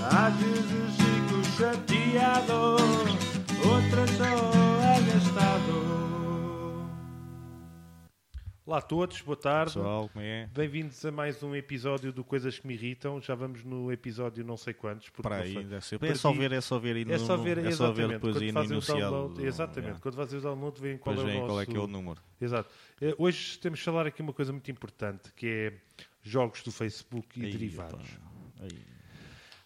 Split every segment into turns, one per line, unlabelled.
é
Olá a todos, boa tarde.
Pessoal, como é?
Bem-vindos a mais um episódio do Coisas que me irritam. Já vamos no episódio não sei quantos. Porque
Para
não
aí,
sei-
deve ser. É
perdi-
só ver, é só ver aí no,
É só ver,
é só ver
exatamente,
depois aí
quando
no
fazem o
enunciado.
download, exatamente,
Yeah.
quando fazem o download veem qual
Depois
é o
vem
nosso...
qual é que é o número.
Exato. Eh, Hoje temos de falar aqui uma coisa muito importante, que é jogos do Facebook e
Aí,
derivados.
opa. Aí.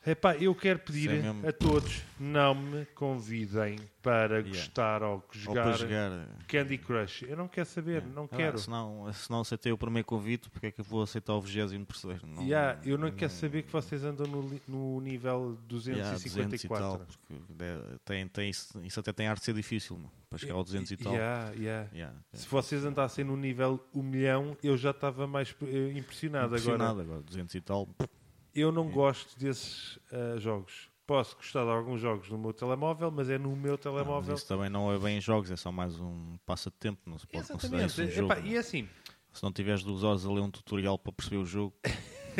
Epá, eu quero pedir
Isso é mesmo.
a todos, não me convidem para gostar ou
Ou para
jogar,
jogar.
Candy Crush. Eu não quero saber, não
Ah,
quero.
se não, se não aceitei o primeiro convite, porque é que eu vou aceitar o 21 terceiro? Não,
Yeah, eu não quero saber que vocês andam no, li- no nível
Yeah, 200 e tal,
254.
porque de- tem, tem isso, isso até tem arte de ser difícil, mano, para chegar ao 200 é e tal.
Yeah, yeah.
Yeah, é
Se vocês andassem no nível 1 milhão, eu já estava mais eh, impressionado, agora.
impressionado agora, 200 e tal.
Eu não gosto desses ah, jogos. Posso gostar de alguns jogos no meu telemóvel, mas é no meu
Ah, mas
telemóvel.
isso também não é bem jogos, é só mais um passatempo, não se pode considerar isso um jogo.
Epá, e é assim,
Se não tiveres duas horas a ler um tutorial para perceber o jogo,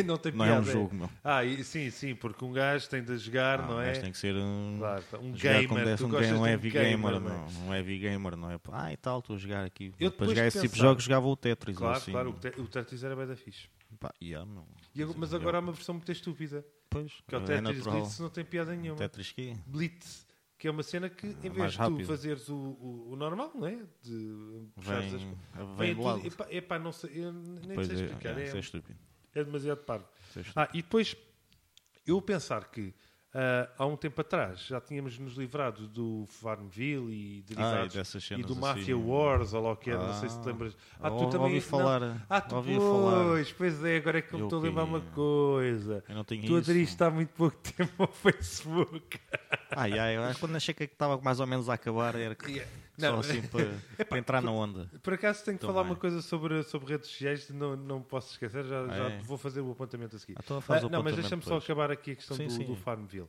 não tem
não
piada.
é um jogo, meu.
Ah, e- sim, sim, porque um gajo tem de jogar,
Ah,
não é?
mas tem que ser um,
Claro, tá, um
jogar como
gamer.
deve-
Tu
um,
gostas
game, um
de um
heavy
gamer,
gamer,
não é?
não, um heavy gamer, não é? Ah, e tal, estou a jogar aqui.
Eu
para
depois
jogar
de
esse tipo de
pensar-
jogos jogava o Tetris ou
Claro,
assim.
claro, o Te- o Tetris era bem da fixe.
Pá, yeah, meu.
E agora- mas agora há uma versão muito estúpida,
Pois,
que é o
assim, é
Tetris
natural.
Blitz, não tem piada nenhuma.
Tetris quê?
Blitz, que é uma cena que, em
É
vez
mais
de tu
rápido.
fazeres o, o, o normal, não é? De puxares as-
Vem, vem do
É tudo-
lado.
Epá, epá, não sei, eu nem
Pois
sei
é,
explicar.
é,
é-
isso é estúpido.
é demasiado parvo.
Isso é estúpido.
Ah, e depois, eu pensar que ah, há um tempo atrás já tínhamos nos livrado do Farmville e
Ah, e
derivados
dessas
e
cenas
do
assim.
Mafia Wars, ou lá o que é, não sei se te
Ah,
lembras. Ah,
ou- ouvi falar.
Não, ah, tu,
ouvi
pois,
falar.
pois é, agora é que eu me
Eu
estou a lembrar
que-
uma coisa.
Eu não tenho
Tu
isso.
aderiste há muito pouco tempo ao Facebook.
Ai, ai, Ah, eu acho que quando achei que estava mais ou menos a acabar, era que-
Não,
só assim para, para entrar na onda.
Por acaso tenho que falar
Também.
uma coisa sobre, sobre redes sociais, não, não posso esquecer, já,
Ah,
já
é?
vou fazer o apontamento a seguir.
Ah, então faz o
não, mas
apontamento
deixa-me só
depois.
acabar aqui a questão
Sim,
do,
sim.
do Farmville.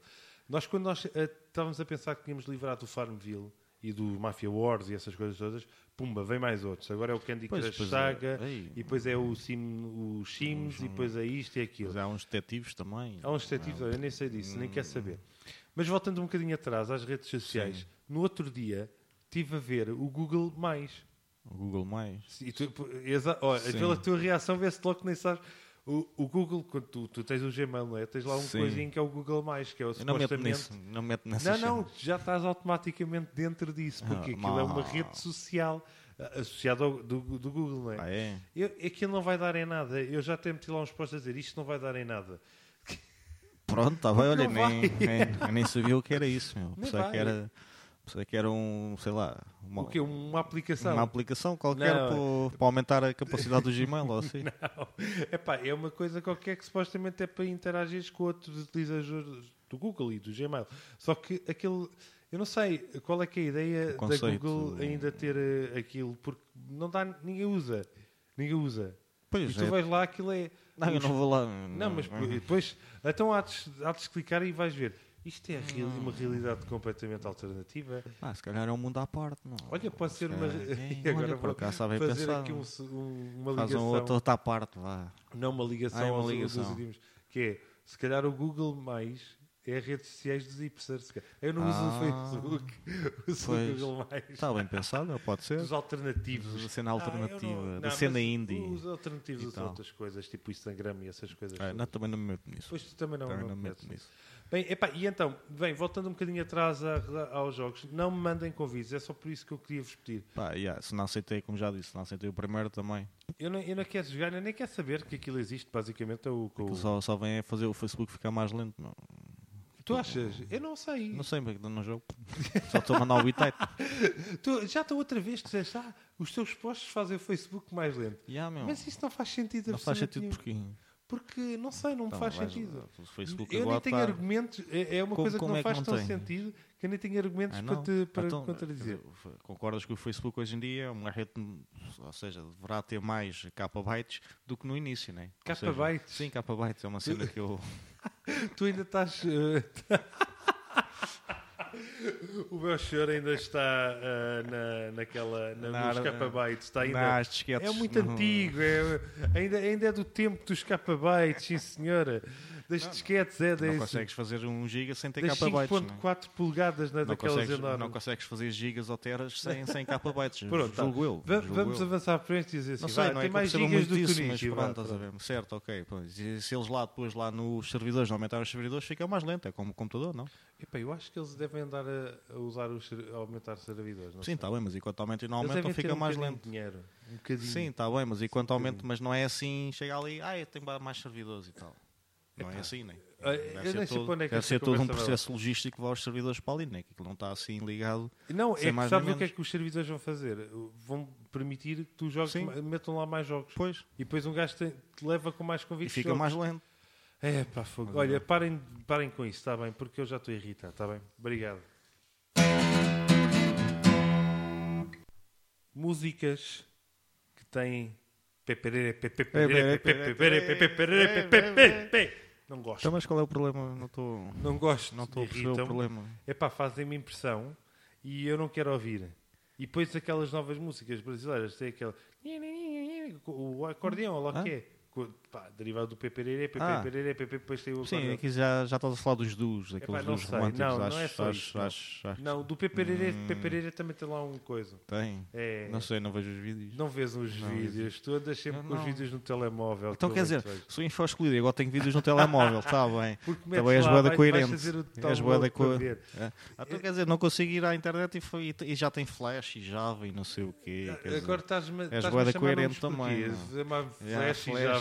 Nós, quando nós ah, estávamos a pensar que tínhamos livrado do Farmville e do Mafia Wars e essas coisas todas, pumba, vem mais outros. Agora é o Candy
Pois,
Crush
pois é.
Saga,
Ei.
e depois é o, Sim, o Sims, e depois é isto e aquilo.
Mas há uns detetives também.
Há uns detetives, olha, eu nem sei disso, nem
Hum.
quero saber. Mas voltando um bocadinho atrás às redes sociais, no outro dia tive a ver o Google Mais.
O Google Mais.
E tu, pô, exa- olha,
Sim.
pela tua reação vê-se logo que nem sabes. O, o Google, quando tu, tu tens o Gmail, não é? Tens lá um
Sim.
coisinho que é o Google Mais, que é o
Eu não meto
supostamente.
nisso. Não meto
Não,
nessas
não,
cenas.
já estás automaticamente dentro disso, porque
Ah,
aquilo é uma
mal.
rede social ah, associada ao do, do Google, não é?
Ah, é?
Eu, aquilo não vai dar em nada. Eu já até meti lá uns postos a dizer isto não vai dar em nada.
Pronto, está bem, olha,
Não
nem,
vai.
nem, eu nem sabia o que era isso, meu. Pensava
vai.
que era, pensava que era um, sei lá, uma,
O quê? Uma aplicação?
uma aplicação qualquer
Não.
para, para aumentar a capacidade do Gmail ou assim.
Epá, é uma coisa qualquer que supostamente é para interagires com outros utilizadores do Google e do Gmail. Só que aquele. Eu não sei qual é que é a ideia
O
da
conceito.
Google ainda ter eh, aquilo, porque não dá, ninguém usa. Ninguém usa.
Pois
e tu
é.
vais lá, aquilo é.
Não, eu não vou lá.
Não, mas depois. Então há de, há de clicar e vais ver. Isto é real-
Hum.
uma realidade completamente alternativa.
Ah, se calhar é um mundo à parte, não.
Olha, pode ser
Se
uma.
calhar é.
e agora
Olha, por
vou
acaso está bem
fazer
pensado.
aqui um se- um- uma
Faz
ligação.
um outro, outra à parte, vá.
Não uma ligação
Ah, é uma
aos- dos
ligação.
idiomas. Que é, se calhar o Google mais é redes sociais dos hipsters. se calhar. Eu não uso o
Ah,
Facebook, uso
pois.
o Google mais.
Está Tá bem pensado, pode ser.
Dos alternativos.
Da cena
Ah, eu
alternativa,
não- não,
da cena
mas
indie.
Os alternativos
e
usam
tal.
outras coisas, tipo Instagram e essas coisas.
Ah,
todas.
não, também não me meto nisso.
Pois tu também não.
também
não
não me
conheces.
meto nisso.
Bem, epá, e então, bem, voltando um bocadinho atrás a- aos jogos, não me mandem convites, é só por isso que eu queria vos pedir.
Pá, yeah, se não aceitei, como já disse, se não aceitei o primeiro também.
Eu não, eu não quero jogar, eu nem quero saber que aquilo existe, basicamente. É o, que eu-
Aquilo Só, só vem é fazer o Facebook ficar mais lento, não.
Tu achas? Eu não sei.
Não sei, mas não jogo. Só estou a mandar o bitite.
Tu- já estou outra vez, tu disseste, ah, os teus posts fazem o Facebook mais lento.
Yeah, meu.
Mas isso não faz sentido
não faz
absolutamente
sentido
nenhum.
porque.
Porque, não sei, não me
Então,
faz
vais-
sentido.
O Facebook
eu nem
agora
tenho
tá-
argumentos, é, é uma
Como-
coisa que
como
não
é que
faz
não
tão
tem?
sentido que eu nem tenho argumentos
Ah,
para
não?
te para
Então,
contradizer.
quer dizer, Concordas que o Facebook hoje em dia é uma rede, ou seja, deverá ter mais kbytes do que no início, não é? Ou seja,
Kbytes?
Sim, kbytes é uma cena que eu.
Tu ainda estás. eh, o meu senhor ainda está eh, na, naquela. Na,
Na
nos
área-
capabytes, está ainda.
Nas disquetes,
É muito
no-
antigo, é- ainda, ainda é do tempo dos capabytes, sim senhora. das disquetes é
Tu não
desse.
consegues fazer um giga sem ter
Das
kbytes. Não, é?
5.4 polegadas, né,
não,
daquelas
consegues,
enormes.
não consegues fazer gigas ou teras sem, sem kbytes.
Pronto, tá.
julgo eu.
Va-
julgo
vamos
eu.
avançar para este e dizer assim,
Não sei,
vai,
não
tem
é que eu
mais
percebo
gigas
muito
do que o
disso, mas
Nietzsche. vá,
pronto, estás a ver. Certo, ok. Pois. E se eles lá depois, lá nos servidores, não aumentarem os servidores, fica mais lento, é como o computador, não?
Epá, eu acho que eles devem andar a, a usar os, ser- a aumentar os servidores. Não
Sim,
sei.
está bem, mas enquanto aumenta e não
é. Eles
aumenta,
devem ter
fica
um
mais
bocadinho
lento.
de dinheiro. Um bocadinho. um
Sim, está bem, mas enquanto aumenta, mas não é assim, chega ali, ah, eu tenho mais servidores e tal. Não é assim, nem.
Ah, eu nem sei para onde é que
deve
esta
ser todo um
conversa vai.
processo logístico que vai aos servidores para ali, né? que aquilo não está assim ligado.
Não,
Sem
é que
mais
sabes
nem
o que é
menos.
que os servidores vão fazer? Vão permitir que tu jogues,
Sim.
metam lá mais jogos.
Pois.
E depois um gajo te, te leva com mais
E
convicção.
fica mais lento.
É, pá, fogo. Olha, parem, parem com isso, está bem? Porque eu já estou irritado, está bem? Obrigado. Músicas que têm. peperere, peperere, peperere, peperere, peperere, peperere, pe- Não
Então,
gosto.
mas qual é o problema? Então, Não estou
Não gosto.
não estou a perceber o
irritam-me.
problema.
É pá, fazem-me impressão e eu não quero ouvir. E depois aquelas novas músicas brasileiras, tem aquele. O acordeão, ou lá o que é. Co- Pá, derivado do peperere,
Ah.
peperere, peperere, depois tem o
Sim,
acordeão.
aqui já, já estás a falar dos duos, daqueles
Epá, não
duos
sei.
românticos.
Não, não
acho,
é só
acho,
isso, não.
acho, acho.
Não, do Pepereira, Pepereira também tem lá um coisa.
Tem.
É,
Não
Hum. não,
sei, não vejo os vídeos.
vês os
Não,
vídeos, tu andas sempre
Não,
com os
não.
vídeos no telemóvel.
Então
tu
quer dizer,
vês.
sou info excluído, agora tenho vídeos no telemóvel, está bem.
Porque metes
Também és
lá,
boa
vai-
da coerente.
vais fazer o
És
download
boa da
para
co-
ver.
É. Ah, então quer dizer, não consigo ir à internet e, foi- e já tem flash e Java e não sei o quê. quer dizer,
Agora estás-me
és
estás
bué da
a chamar nomes
coerente também,
porquês,
não.
chamar
já,
Flash é e Java.
mano.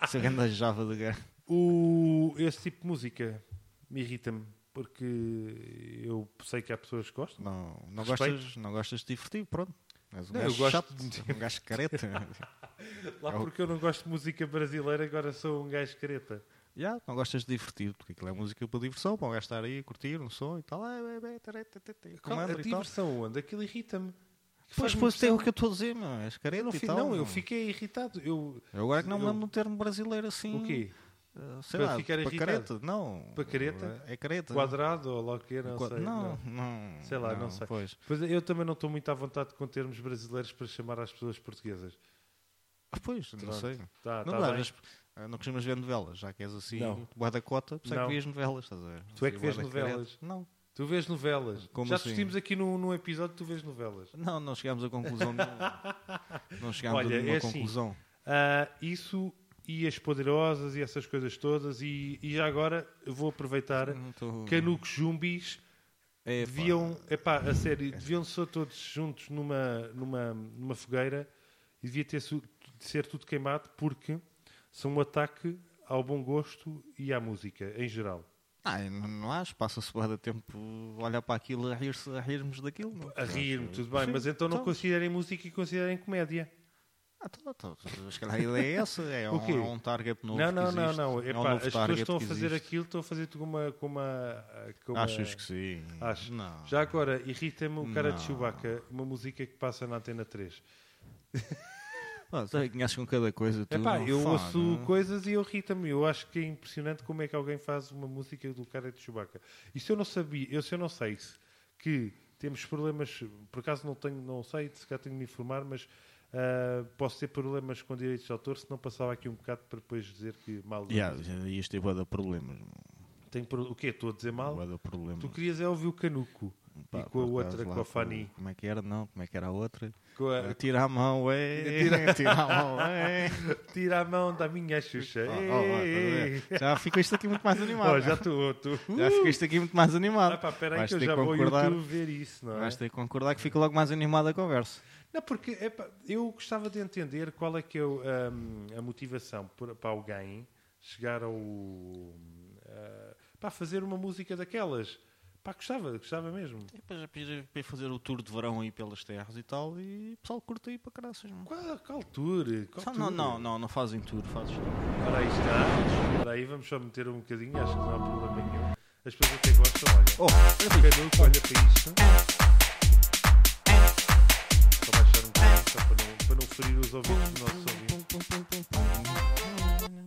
Essa é grande Java de gajo.
O, esse tipo de música me irrita-me, porque eu sei que há pessoas que gostam.
Não, não,
Respeito.
gostas, não gostas de divertir, pronto. És um
Não, eu
gajo
gosto
chato,
de-
um gajo careta.
Lá porque eu não gosto de música brasileira, agora sou um gajo careta.
Já, não gostas de divertir, porque aquilo é música para diversão, para um gajo estar aí, curtir um som e tal. É, é, é, taré, tê, tê, tê,
Qual-
Comando
a
e tal.
diversão onde? Aquilo irrita-me.
Pois,
Faz-me
pois, tem o
impressão.
que eu estou a dizer, meu. És careta
Eu não,
e
fi-
tal.
não,
meu.
eu fiquei irritado. Eu,
Eu agora que não
Eu-
me lembro de um termo brasileiro assim.
o quê?
eh, sei
Para
lá,
ficar
para
irritado?
careta. Não.
Para careta?
É careta.
Quadrado ou lá o quê? Não
Qua-
sei.
não,
não.
não.
Sei lá, não sei.
Pois.
Pois é, eu também não estou muito à vontade com termos brasileiros para chamar às pessoas portuguesas.
Ah, pois, não
Pronto.
sei.
Tá,
não,
tá
dá,
bem.
mas, ah, não costumas ver novelas, já que és assim,
Não.
boa da cota, por isso é que
Não.
vias novelas, estás a
Tu
ver?
é
Assim,
que vês
bué da careta.
novelas?
Não.
Tu vês novelas.
Como
Já
assim?
discutimos aqui num, num episódio que tu vês novelas.
Não, não chegámos a conclusão nenhuma. Não chegámos
Olha,
a nenhuma
é assim.
conclusão.
Ah, isso e as poderosas e essas coisas todas. E, e já agora eu vou aproveitar
Não tô-
que a Nuques Jumbis
É, pá.
deviam, epá, a sério, deviam ser todos juntos numa, numa, numa fogueira e devia ter su- de ser tudo queimado porque são um ataque ao bom gosto e à música em geral.
Ah, eu não, não acho, passa-se bué de tempo a olhar para aquilo, a, rir a rirmos daquilo. não.
A rir-me, tudo bem, mas então não
então.
considerem música e considerem comédia.
Ah, tá, tá, tá. Se calhar a ideia é essa, é,
O
um,
quê?
é um target novo.
não, não,
que
não,
existe.
não.
É um
Epá,
novo
as pessoas
target
estão a
que
fazer
existe.
aquilo, estão a fazer tudo com uma. Com uma, com uma-
Achas que sim?
Acho.
Não.
Já agora, irrita-me o cara de
Não.
Chewbacca, uma música que passa na antena 3.
Ah, tu conheces com cada coisa. Tu
Epá,
não
eu
fala,
ouço
não? é?
coisas e eu irrita-me. Eu acho que é impressionante como é que alguém faz uma música do cara de Chewbacca. E se eu não sabia, eu, se eu não sei se- que temos problemas, por acaso não tenho, não sei, se cá tenho de me informar, mas ah, posso ter problemas com direitos de autor, se não passava aqui um bocado para depois dizer que mal. da
Yeah,
música.
ias ter bué de problemas.
Tenho pro- o quê? Estou a dizer mal?
Bué de problemas.
Tu querias é ouvir o Canuco
Pá,
e com a
por
outra,
acaso lá
com a Fanny.
Como é que era? Não, como é que era a outra?
Com a-
Tira a mão, é.
Tira-
Tira, a mão, é.
Tira a mão da minha Xuxa.
Oh, oh, oh,
Ei,
estás a ver? já ficou isto aqui muito mais animado. né?
Oh, já estou. estou-
Já ficou isto aqui muito mais animado.
Ah, pá, espera aí
Vais
que eu
ter
já
que
vou ao
concordar.
YouTube ver isso, não é?
Vais ter que concordar que fica logo mais animada a conversa.
Não, porque epá, eu gostava de entender qual é que é o, hum, a motivação por- para alguém chegar ao. hum, ah, pá, fazer uma música daquelas. Pá, gostava, gostava mesmo.
E depois é para ir- para ir fazer o tour de verão aí pelas terras e tal. E o pessoal curta aí para caraças. mano.
Qual, qual altura? Qual
Só- Não,
altura?
não, não, não fazem tour, fazes tour.
Ora aí está. Ora aí, vamos só meter um bocadinho, acho que não há problema nenhum. As pessoas até gostam, olha.
Oh,
Canuco, olha para isto. né? Só baixar um bocadinho, só para não, para não ferir os ouvidos do nosso ouvido.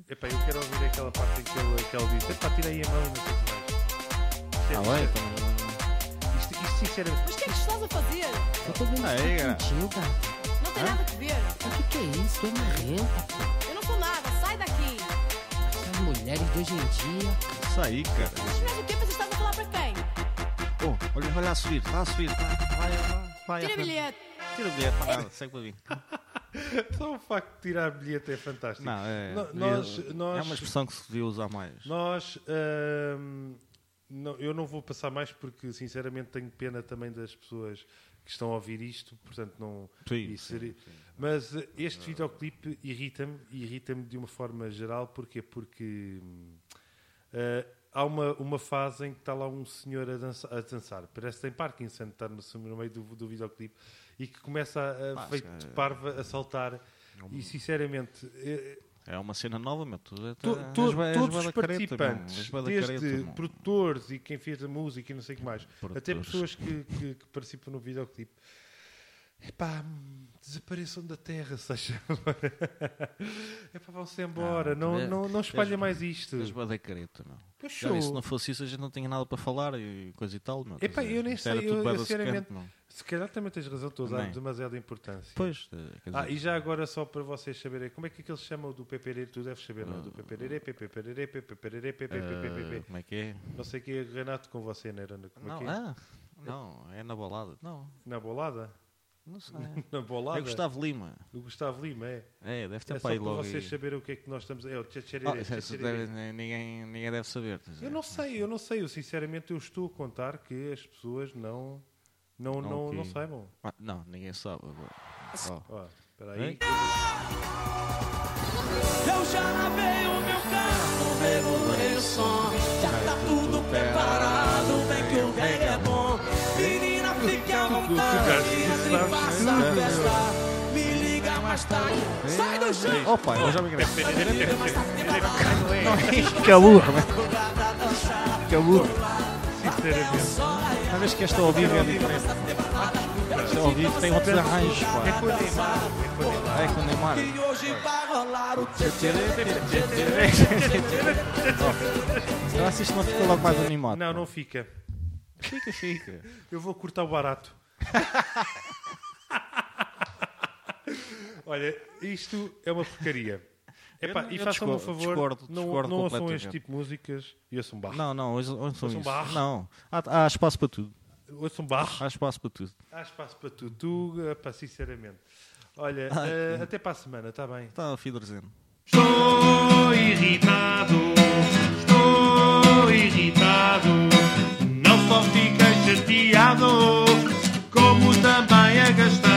Epá, eu quero ouvir aquela parte em que ele, que ele diz: Epá, tira aí a mão e não sei o que
Tá
mais.
bem,
Isto é-
então.
Isto, isto, sinceramente.
Mas o que é que estás a fazer?
Eu tô vendo
Aí, cara.
isso contigo, cara.
Não tem
Hã?
nada a ver.
O que que é isso? Tu é marrenta, pô.
Eu não sou nada, sai daqui.
Sai
tá mulheres de hoje em dia.
Isso aí, cara.
Mas mesmo tempo vocês estavam a falar pra quem?
Oh, olha, olha a subir, está a subir, tá. Vai, vai, vai.
Tira bilhete.
Tira o bilhete, para nada, segue para mim.
Só o facto de tirar bilhete é fantástico.
Não, é,
No- nós,
é
nós,
uma expressão que se devia usar mais.
nós, ahm, não- eu não vou passar mais porque, sinceramente, tenho pena também das pessoas que estão a ouvir isto, portanto não...
Sim,
isso
sim,
seria- Mas eh, este videoclipe irrita-me, e irrita-me de uma forma geral, porquê? Porque hum, eh, há uma, uma fase em que está lá um senhor a, dança- a dançar, parece que tem Parkinson, está no, no meio do, do videoclipe, e que começa a, a
Pá,
feito
se-
parva a saltar, e sinceramente... eh,
É uma cena nova, meu. Tu,
To-
tu,
to-
Ah, és bué- és
todos
bué
os
da careta, meu.
participantes,
És bué da careta,
desde
meu.
produtores e quem fez a música e não sei o que mais, até
Produtores.
pessoas que, que- que participam no videoclipe, epá, desapareçam da terra, seja epá, vão-se embora, não,
é-
não, não, espalhem mais isto.
És bué da careta, meu.
Eu
Já disse, se
sou.
não fosse isso, a gente não tinha nada para falar e coisa e tal, meu.
Epá,
Quer dizer,
eu nem
isto era
sei,
tudo
eu-
bué
eu
da secante,
sinceramente-
meu.
Se calhar também tens razão, estou a dar
Bem.
demasiada importância.
Pois, eh, quer
Ah,
dizer,
e já agora só para vocês saberem, como é que é que eles chamam o do peperere? Tu deves saber, não é? Do
Ah.
peperere, peperere, peperere,
eh,
peperere,
como é que é?
Não sei o que é, Renato, com você, não era? Como é
Não,
que é?
ah, não, é na balada. Não,
Na bolada?
não sei.
Na bolada?
É Gustavo Lima.
O Gustavo Lima, é.
É, deve ter
É
é
só
pai
para
logo.
vocês
aí.
saberem o que é que nós estamos... É o tchatcherere,
Ah, isso- isso
tchatcherere.
deve- ninguém, ninguém deve saber. tá quer dizer.
Eu não sei, eu não sei. Eu, sinceramente, eu estou a contar que as pessoas não... Não, não,
Ok.
não saibam.
Ah, não, ninguém sabe. agora. Ó,
Ó, espera aí.
Hein?
Eu já lavei o meu carro, regulei o som. Já tá tudo preparado, vem que o reggae é bom. Menina, fique à vontade, entre e faça a festa. Me liga mais tarde, sai do chão.
Oh, pai, eu já me enganei.
Liga mais tarde, tem balada. Madrugada, dançar. Até o sol raiar.
Cada vez que esta ao vivo é diferente. Esta ao vivo tem outros arranjos, pá. É com o Neymar.
E hoje vai rolar o tchê tchê
Eu assisto, não fica logo mais animado.
Não,
pá.
não fica.
Fica, fica.
Eu vou cortar o barato. Olha, isto é uma porcaria. Epá,
não-
e
eu
façam-me um
discordo,
favor,
discordo,
não,
discordo
não ouçam
completamente.
este tipo de músicas e ouçam barro.
Não, não, hoje, hoje é um são
Ouçam barro.
isso. Não, há, há espaço para tudo.
Ouçam barro.
Há espaço para tudo.
Há espaço para tudo, tu, eh, pá, sinceramente. Olha, eh, até para a semana, está bem?
Está a Fiderzeno.
Estou irritado, estou irritado. Não só fiquei chateado, como também agastado.